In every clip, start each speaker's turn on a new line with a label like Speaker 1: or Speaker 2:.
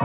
Speaker 1: お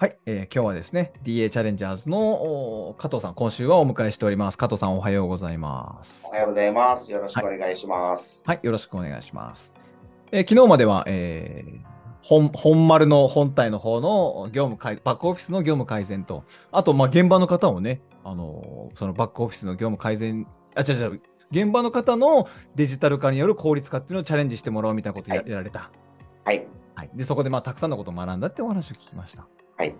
Speaker 1: はい、えー今日はですね DA チャレンジャーズのお加藤さん今週はお迎えしております加藤さんおはようございます
Speaker 2: おはようございます。よろしくお願いします。
Speaker 1: はい、よろしくお願いします。えー昨日までは、えー本本丸の本体の方の業務改バックオフィスの業務改善と、あと、まあ、現場の方をね、あのーそのバックオフィスの業務改善、あ、違う違う、現場の方のデジタル化による効率化っていうのをチャレンジしてもらおうみたいなことや,、
Speaker 2: はい
Speaker 1: やられた。
Speaker 2: はい。
Speaker 1: はい、で、そこで、まあ、たくさんのことを学んだってお話を聞きました。
Speaker 2: はい。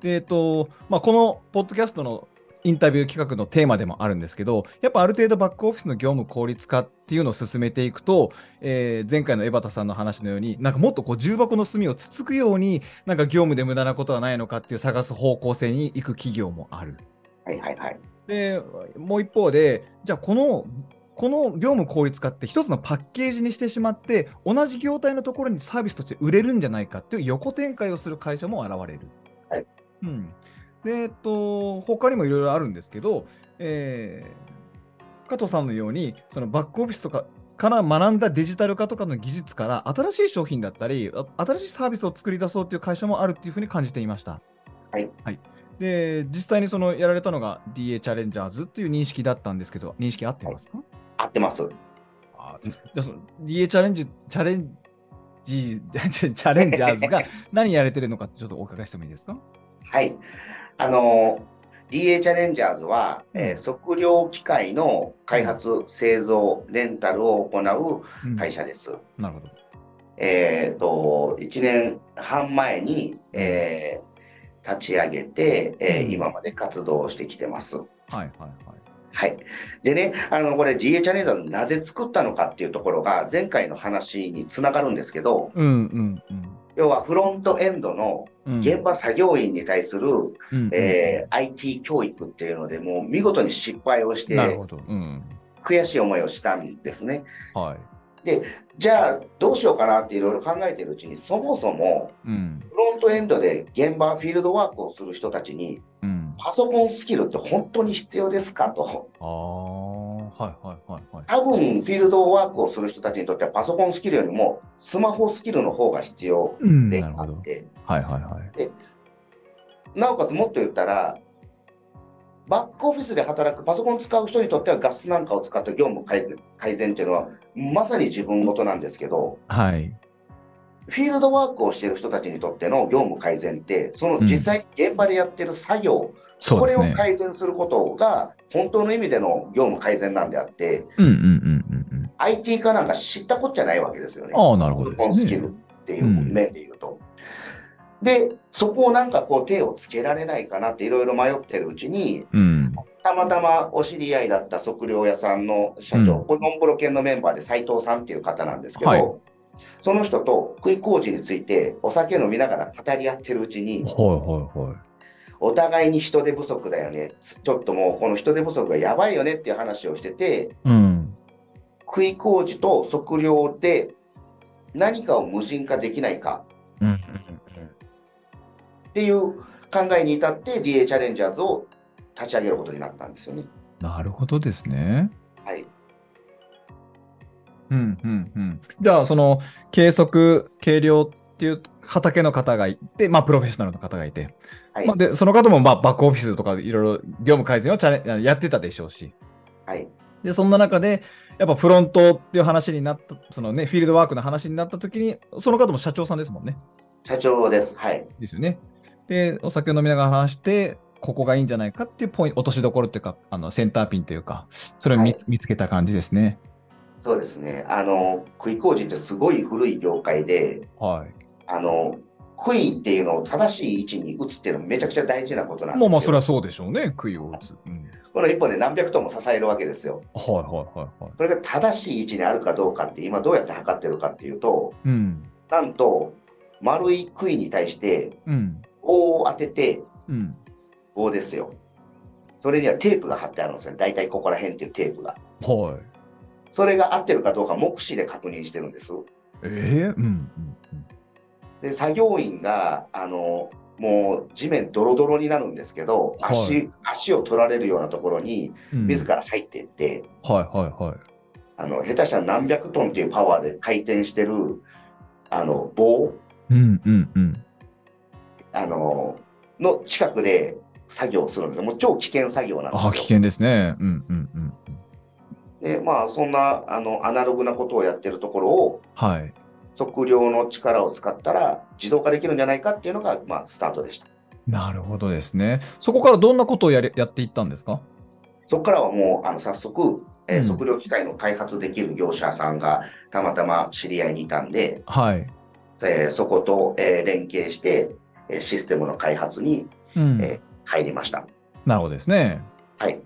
Speaker 1: で、えっと、まあ、このポッドキャストのインタビュー企画のテーマでもあるんですけど、やっぱある程度バックオフィスの業務効率化っていうのを進めていくと、えー前回の江端さんの話のように、なんかもっとこう重箱の隅をつつくように、なんか業務で無駄なことはないのかっていう探す方向性に行く企業もある。
Speaker 2: はい。はい。はい。
Speaker 1: で、もう一方で、じゃあこの、この業務効率化って一つのパッケージにしてしまって、同じ業態のところにサービスとして売れるんじゃないかっていう横展開をする会社も現れる。
Speaker 2: はい
Speaker 1: うん、で、えっと、他にもいろいろあるんですけど、えー加藤さんのように、そのバックオフィスとか、から学んだデジタル化とかの技術から新しい商品だったりあ新しいサービスを作り出そうっていう会社もあるっていうふうに感じていました。
Speaker 2: はい、
Speaker 1: で実際にそのやられたのが DA チャレンジャーズという認識だったんですけど認識合ってますか、
Speaker 2: 合ってます。
Speaker 1: あじゃあその DA チャレンジチャレンジ チャレンジャーズ が何やれてるのかちょっとお伺いしてもいいですか
Speaker 2: はい。あのー、DA チャレンジャーズは、えー測量機械の開発、製造、レンタルを行う会
Speaker 1: 社、
Speaker 2: 社です。
Speaker 1: うんなるほど。
Speaker 2: えっ、と、1年半前に、えー立ち上げて、えー
Speaker 1: うん
Speaker 2: 今まで活動してきてます。
Speaker 1: はいはいはい。
Speaker 2: はい。でね、あの、これ GA チャレンジャーズなぜ作ったのかっていうところが、前回の話につながるんですけど、
Speaker 1: うんうんうん。
Speaker 2: 要はフロントエンドの
Speaker 1: うん
Speaker 2: 現場作業員に対する、
Speaker 1: うんうん
Speaker 2: えー IT 教育っていうのでもう見事に失敗をし
Speaker 1: なる
Speaker 2: て
Speaker 1: ほど。うん。
Speaker 2: 悔しい思いをしたんですね。
Speaker 1: はい。
Speaker 2: じゃあどうしようかなっていろいろ考えてるうちにそもそも
Speaker 1: うん
Speaker 2: フロントエンドで現場フィールドワークをする人たちに
Speaker 1: うん。
Speaker 2: パソコンスキルって本当に必要ですかと
Speaker 1: ああ、はいはいはいはい。
Speaker 2: 多分フィールドワークをする人たちにとってはパソコンスキルよりもスマホスキルの方が必要
Speaker 1: うん
Speaker 2: で
Speaker 1: なる
Speaker 2: あ
Speaker 1: ほど
Speaker 2: っ。て。
Speaker 1: はいはいはい。
Speaker 2: なおかつもっと言ったら、バックオフィスで働くパソコン使う人にとってはガスなんかを使った業務改善改善っていうのはまさに自分事なんですけど、
Speaker 1: はい。
Speaker 2: フィールドワークをしている人たちにとっての業務改善って、その実際に現場でやってる作業、
Speaker 1: そう
Speaker 2: こ
Speaker 1: で
Speaker 2: れ
Speaker 1: す
Speaker 2: を
Speaker 1: ね。
Speaker 2: 改善することが本当の意味での業務改善なんであって、
Speaker 1: うんうんうんうん
Speaker 2: IT 化なんか知ったこっちゃないわけですよね
Speaker 1: うん。。ああ、なるほど
Speaker 2: パソコン
Speaker 1: です
Speaker 2: スキ
Speaker 1: ね
Speaker 2: ル。っていう面で言うと。で、そこをなんかこう手をつけられないかなっていろいろ迷ってるうちに、
Speaker 1: うん。
Speaker 2: たまたまお知り合いだった測量屋さんの社長、
Speaker 1: うん
Speaker 2: これモンプロ犬のメンバーで斉藤さんっていう方なんですけど、
Speaker 1: はい
Speaker 2: その人と食い工事についてお酒飲みながら語り合ってるうちに、
Speaker 1: はいはいはい。
Speaker 2: お互いに人手不足だよね、ちょっともうこの人手不足がやばいよねっていう話をしてて、
Speaker 1: うん。
Speaker 2: 食い工事と測量で何かを無人化できないか
Speaker 1: うん。
Speaker 2: っていう考えに至って、DA チャレンジャーズを立ち上げることになったんですよね。
Speaker 1: なるほどですね。
Speaker 2: はい、
Speaker 1: うんうんうん。じゃあ、その、計測、計量っていう畑の方がいて、まあ、プロフェッショナルの方がいて、
Speaker 2: はい
Speaker 1: まあ、で、その方も、まあ、バックオフィスとかでいろいろ業務改善をチャレンやってたでしょうし、
Speaker 2: はい、
Speaker 1: で、そんな中で、やっぱフロントっていう話になった、そのね、フィールドワークの話になった時に、その方も社長さんですもんね。
Speaker 2: 社長です。はい、
Speaker 1: ですよね。で、お酒を飲みながら話して、ここがいいんじゃないかっていうポイント、落としどころっていうか、あの、センターピンというか、それを見つ,、見つけた感じですね。
Speaker 2: そうですね。あの、杭工事ってすごい古い業界で、
Speaker 1: はい。
Speaker 2: あの、杭っていうのを正しい位置に打つっていうのはめちゃくちゃ大事なことなんです
Speaker 1: まあまあ、そ
Speaker 2: けど
Speaker 1: れはそうでしょうね、杭を打つ。うん、
Speaker 2: この一本で何百トンも支えるわけですよ。
Speaker 1: はいはいはいはい。
Speaker 2: これが正しい位置にあるかどうかって、今どうやって測ってるかっていうと、
Speaker 1: うん。
Speaker 2: なんと、丸い杭に対して
Speaker 1: うん。
Speaker 2: 棒を当てて、
Speaker 1: うん。
Speaker 2: 棒ですよ。それにはテープが貼ってあるんですね。大体ここら辺っていうテープが。
Speaker 1: はい。
Speaker 2: それが合ってるかどうか目視で確認してるんです。
Speaker 1: ええうんうんうん。
Speaker 2: で、作業員が、あの、もう地面ドロドロになるんですけど、
Speaker 1: はい
Speaker 2: 足、足を取られるようなところに
Speaker 1: うん
Speaker 2: 自ら入っていって、
Speaker 1: はいはいはい。
Speaker 2: あの、下手したら何百トンっていうパワーで回転してる、あの、棒、
Speaker 1: うんうんうん。
Speaker 2: あの、の近くで作業するんですよ。もう超危険作業なんです
Speaker 1: あ
Speaker 2: よ。
Speaker 1: あ、危険ですね。うんうんうん。
Speaker 2: で、まあ、そんな、あの、アナログなことをやってるところを、
Speaker 1: はい。
Speaker 2: 測量の力を使ったら自動化できるんじゃないかっていうのが、まあ、スタートでした。
Speaker 1: なるほどですね。そこからどんなことをやれやっていったんですか
Speaker 2: そこからはもう、あの、早速、えー
Speaker 1: うん
Speaker 2: 測量機械の開発できる業者さんがたまたま知り合いにいたんで、
Speaker 1: はい。
Speaker 2: えーそこと、えー連携して、えーシステムの開発に
Speaker 1: うん。
Speaker 2: え入りました。
Speaker 1: なるほどですね。
Speaker 2: はい。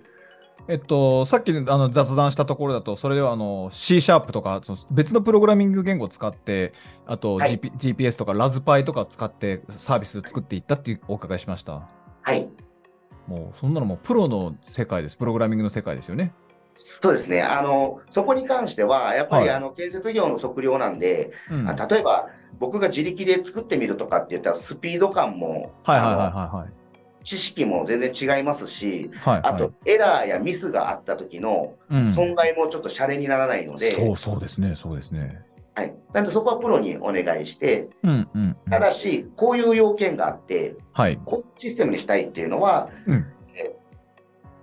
Speaker 1: えっと、さっきあの雑談したところだと、それではあの C シャープとか、その別のプログラミング言語を使って、あと、
Speaker 2: はい
Speaker 1: GP GPS とかラズパイとかを使ってサービス作っていったっていうお伺いしました。
Speaker 2: はい。
Speaker 1: もう、そんなのもうプロの世界です。プログラミングの世界ですよね。
Speaker 2: そうですね。あの、そこに関しては、やっぱり、
Speaker 1: はい
Speaker 2: あの、建設業の測量なんで、
Speaker 1: うん。
Speaker 2: あ
Speaker 1: はい
Speaker 2: 例えば、僕が自力で作ってみるとかって言ったら、スピード感も、
Speaker 1: はいはい
Speaker 2: あの
Speaker 1: は
Speaker 2: 知識も全然違いますし、
Speaker 1: いはい。はい、
Speaker 2: あ
Speaker 1: はい
Speaker 2: と、エラーやミスがあった時の
Speaker 1: うん
Speaker 2: 損害もちょっとシャレにならないので、
Speaker 1: そうそうですね、そうですね。
Speaker 2: はい。なんで、そこはプロにお願いして、
Speaker 1: うんうん、うん。
Speaker 2: ただし、こういう要件があって、
Speaker 1: はい。
Speaker 2: こういうシステムにしたいっていうのは、
Speaker 1: うん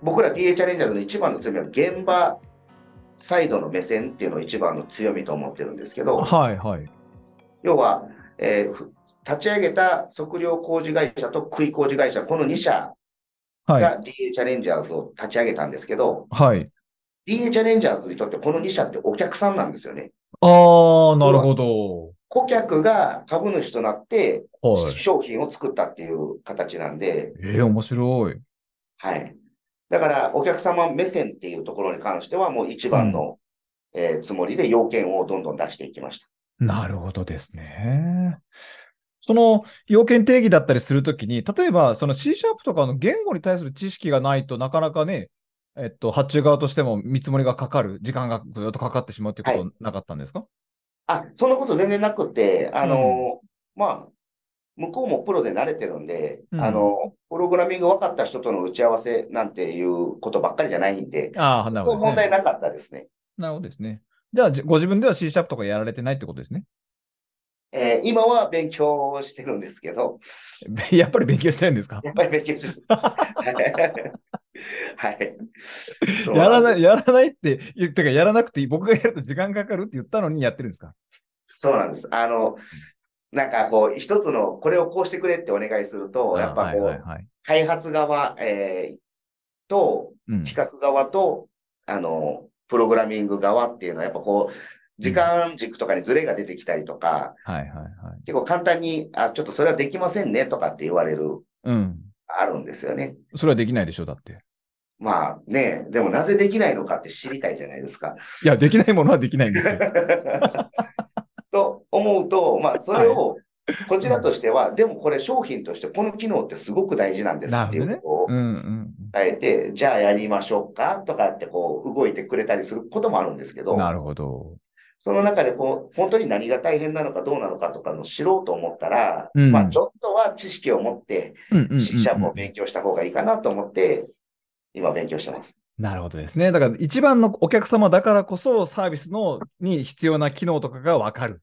Speaker 2: 僕ら DA チャレンジャーズの一番の強みは現場サイドの目線っていうのを一番の強みと思ってるんですけど、
Speaker 1: はいはい。
Speaker 2: 要は、えーふ立ち上げた測量工事会社と杭工事会社、この2社
Speaker 1: はい。
Speaker 2: が DA チャレンジャーズを立ち上げたんですけど、
Speaker 1: はい。
Speaker 2: DA チャレンジャーズにとってこの2社ってお客さんなんですよね。
Speaker 1: あー、なるほど。
Speaker 2: 顧客が株主となって
Speaker 1: はい。
Speaker 2: 商品を作ったっていう形なんで、
Speaker 1: えー、面白い。
Speaker 2: はい。だから、お客様目線っていうところに関しては、もう一番の、えーつもりで要件をどんどん出していきました。
Speaker 1: なるほどですね。その要件定義だったりするときに、例えばその C シャープとかの言語に対する知識がないとなかなかね、えっと、発注側としても見積もりがかかる、時間がずっとかかってしまうということはなかったんですか、
Speaker 2: あ、そんなこと全然なくて、あの、まあ、向こうもプロで慣れてるんで、
Speaker 1: うん
Speaker 2: あの、プログラミング分かった人との打ち合わせなんていうことばっかりじゃないんで、
Speaker 1: ああ、なる
Speaker 2: そこ
Speaker 1: ほ
Speaker 2: は
Speaker 1: どです
Speaker 2: 問題
Speaker 1: ね。
Speaker 2: なかったですね。
Speaker 1: なるほどですね。じゃあ、じご自分では C シャープとかやられてないってことですね。
Speaker 2: えー今は勉強をしてるんですけど、
Speaker 1: やっぱり勉強してるんですか
Speaker 2: やっぱり勉 強してる。 はい。そう
Speaker 1: やら
Speaker 2: ん
Speaker 1: な
Speaker 2: で
Speaker 1: い、
Speaker 2: す
Speaker 1: やらないって言ってか、やらなくていい、僕がやると時間かかるって言ったのにやってるんですか
Speaker 2: そうなんです。あの、なんかこう、一つの、これをこうしてくれってお願いすると、やっぱこう、
Speaker 1: はいはいはい。
Speaker 2: 開発側、えーと、
Speaker 1: うん
Speaker 2: 企画側と、あの、プログラミング側っていうのは、やっぱこう、時間軸とかにズレが出てきたりとか、
Speaker 1: はいはいはい。
Speaker 2: 結構簡単に、あ、ちょっとそれはできませんねとかって言われる、
Speaker 1: うん。
Speaker 2: あるんですよね。
Speaker 1: それはできないでしょ、だって。
Speaker 2: まあね、でもなぜできないのかって知りたいじゃないですか。
Speaker 1: いや、できないものはできないんですよ。
Speaker 2: と思うと、まあ、それを、こちらとしては、でもこれ商品として、この機能ってすごく大事なんですっていうこ とを
Speaker 1: うんうん
Speaker 2: 伝えて、じゃあやりましょうかとかってこう動いてくれたりすることもあるんですけ
Speaker 1: う
Speaker 2: ど
Speaker 1: ん。、なるほど。
Speaker 2: その中でこう、本当に何が大変なのかどうなのかとかの知ろうと思ったら、
Speaker 1: うん
Speaker 2: まあ、ちょっとは知識を持って、
Speaker 1: うんうんうんうん
Speaker 2: シ社も勉強した方がいいかなと思って、今勉強してます。
Speaker 1: なるほどですね。だから一番のお客様だからこそサービスのに必要な機能とかがわかる。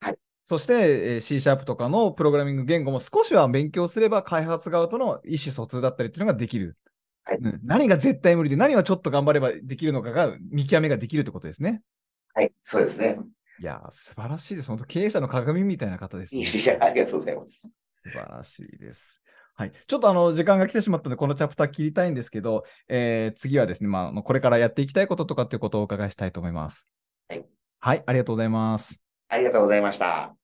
Speaker 2: はい。
Speaker 1: そしてえー C シャープとかのプログラミング言語も少しは勉強すれば開発側との意思疎通だったりっていうのができる。
Speaker 2: はい
Speaker 1: うん何が絶対無理で何はちょっと頑張ればできるのかが見極めができるってことですね。
Speaker 2: はい、そうですね。
Speaker 1: いやー、素晴らしいです。本当経営者の鏡みたいな方です、
Speaker 2: い
Speaker 1: ね。
Speaker 2: い試合ありがとうございます。
Speaker 1: 素晴らしいです。はい、ちょっとあの時間が来てしまったので、このチャプター切りたいんですけど、えー次はですね、まああの、これからやっていきたいこととかっていうことをお伺いしたいと思います。
Speaker 2: はい、
Speaker 1: はい、ありがとうございます。
Speaker 2: ありがとうございました。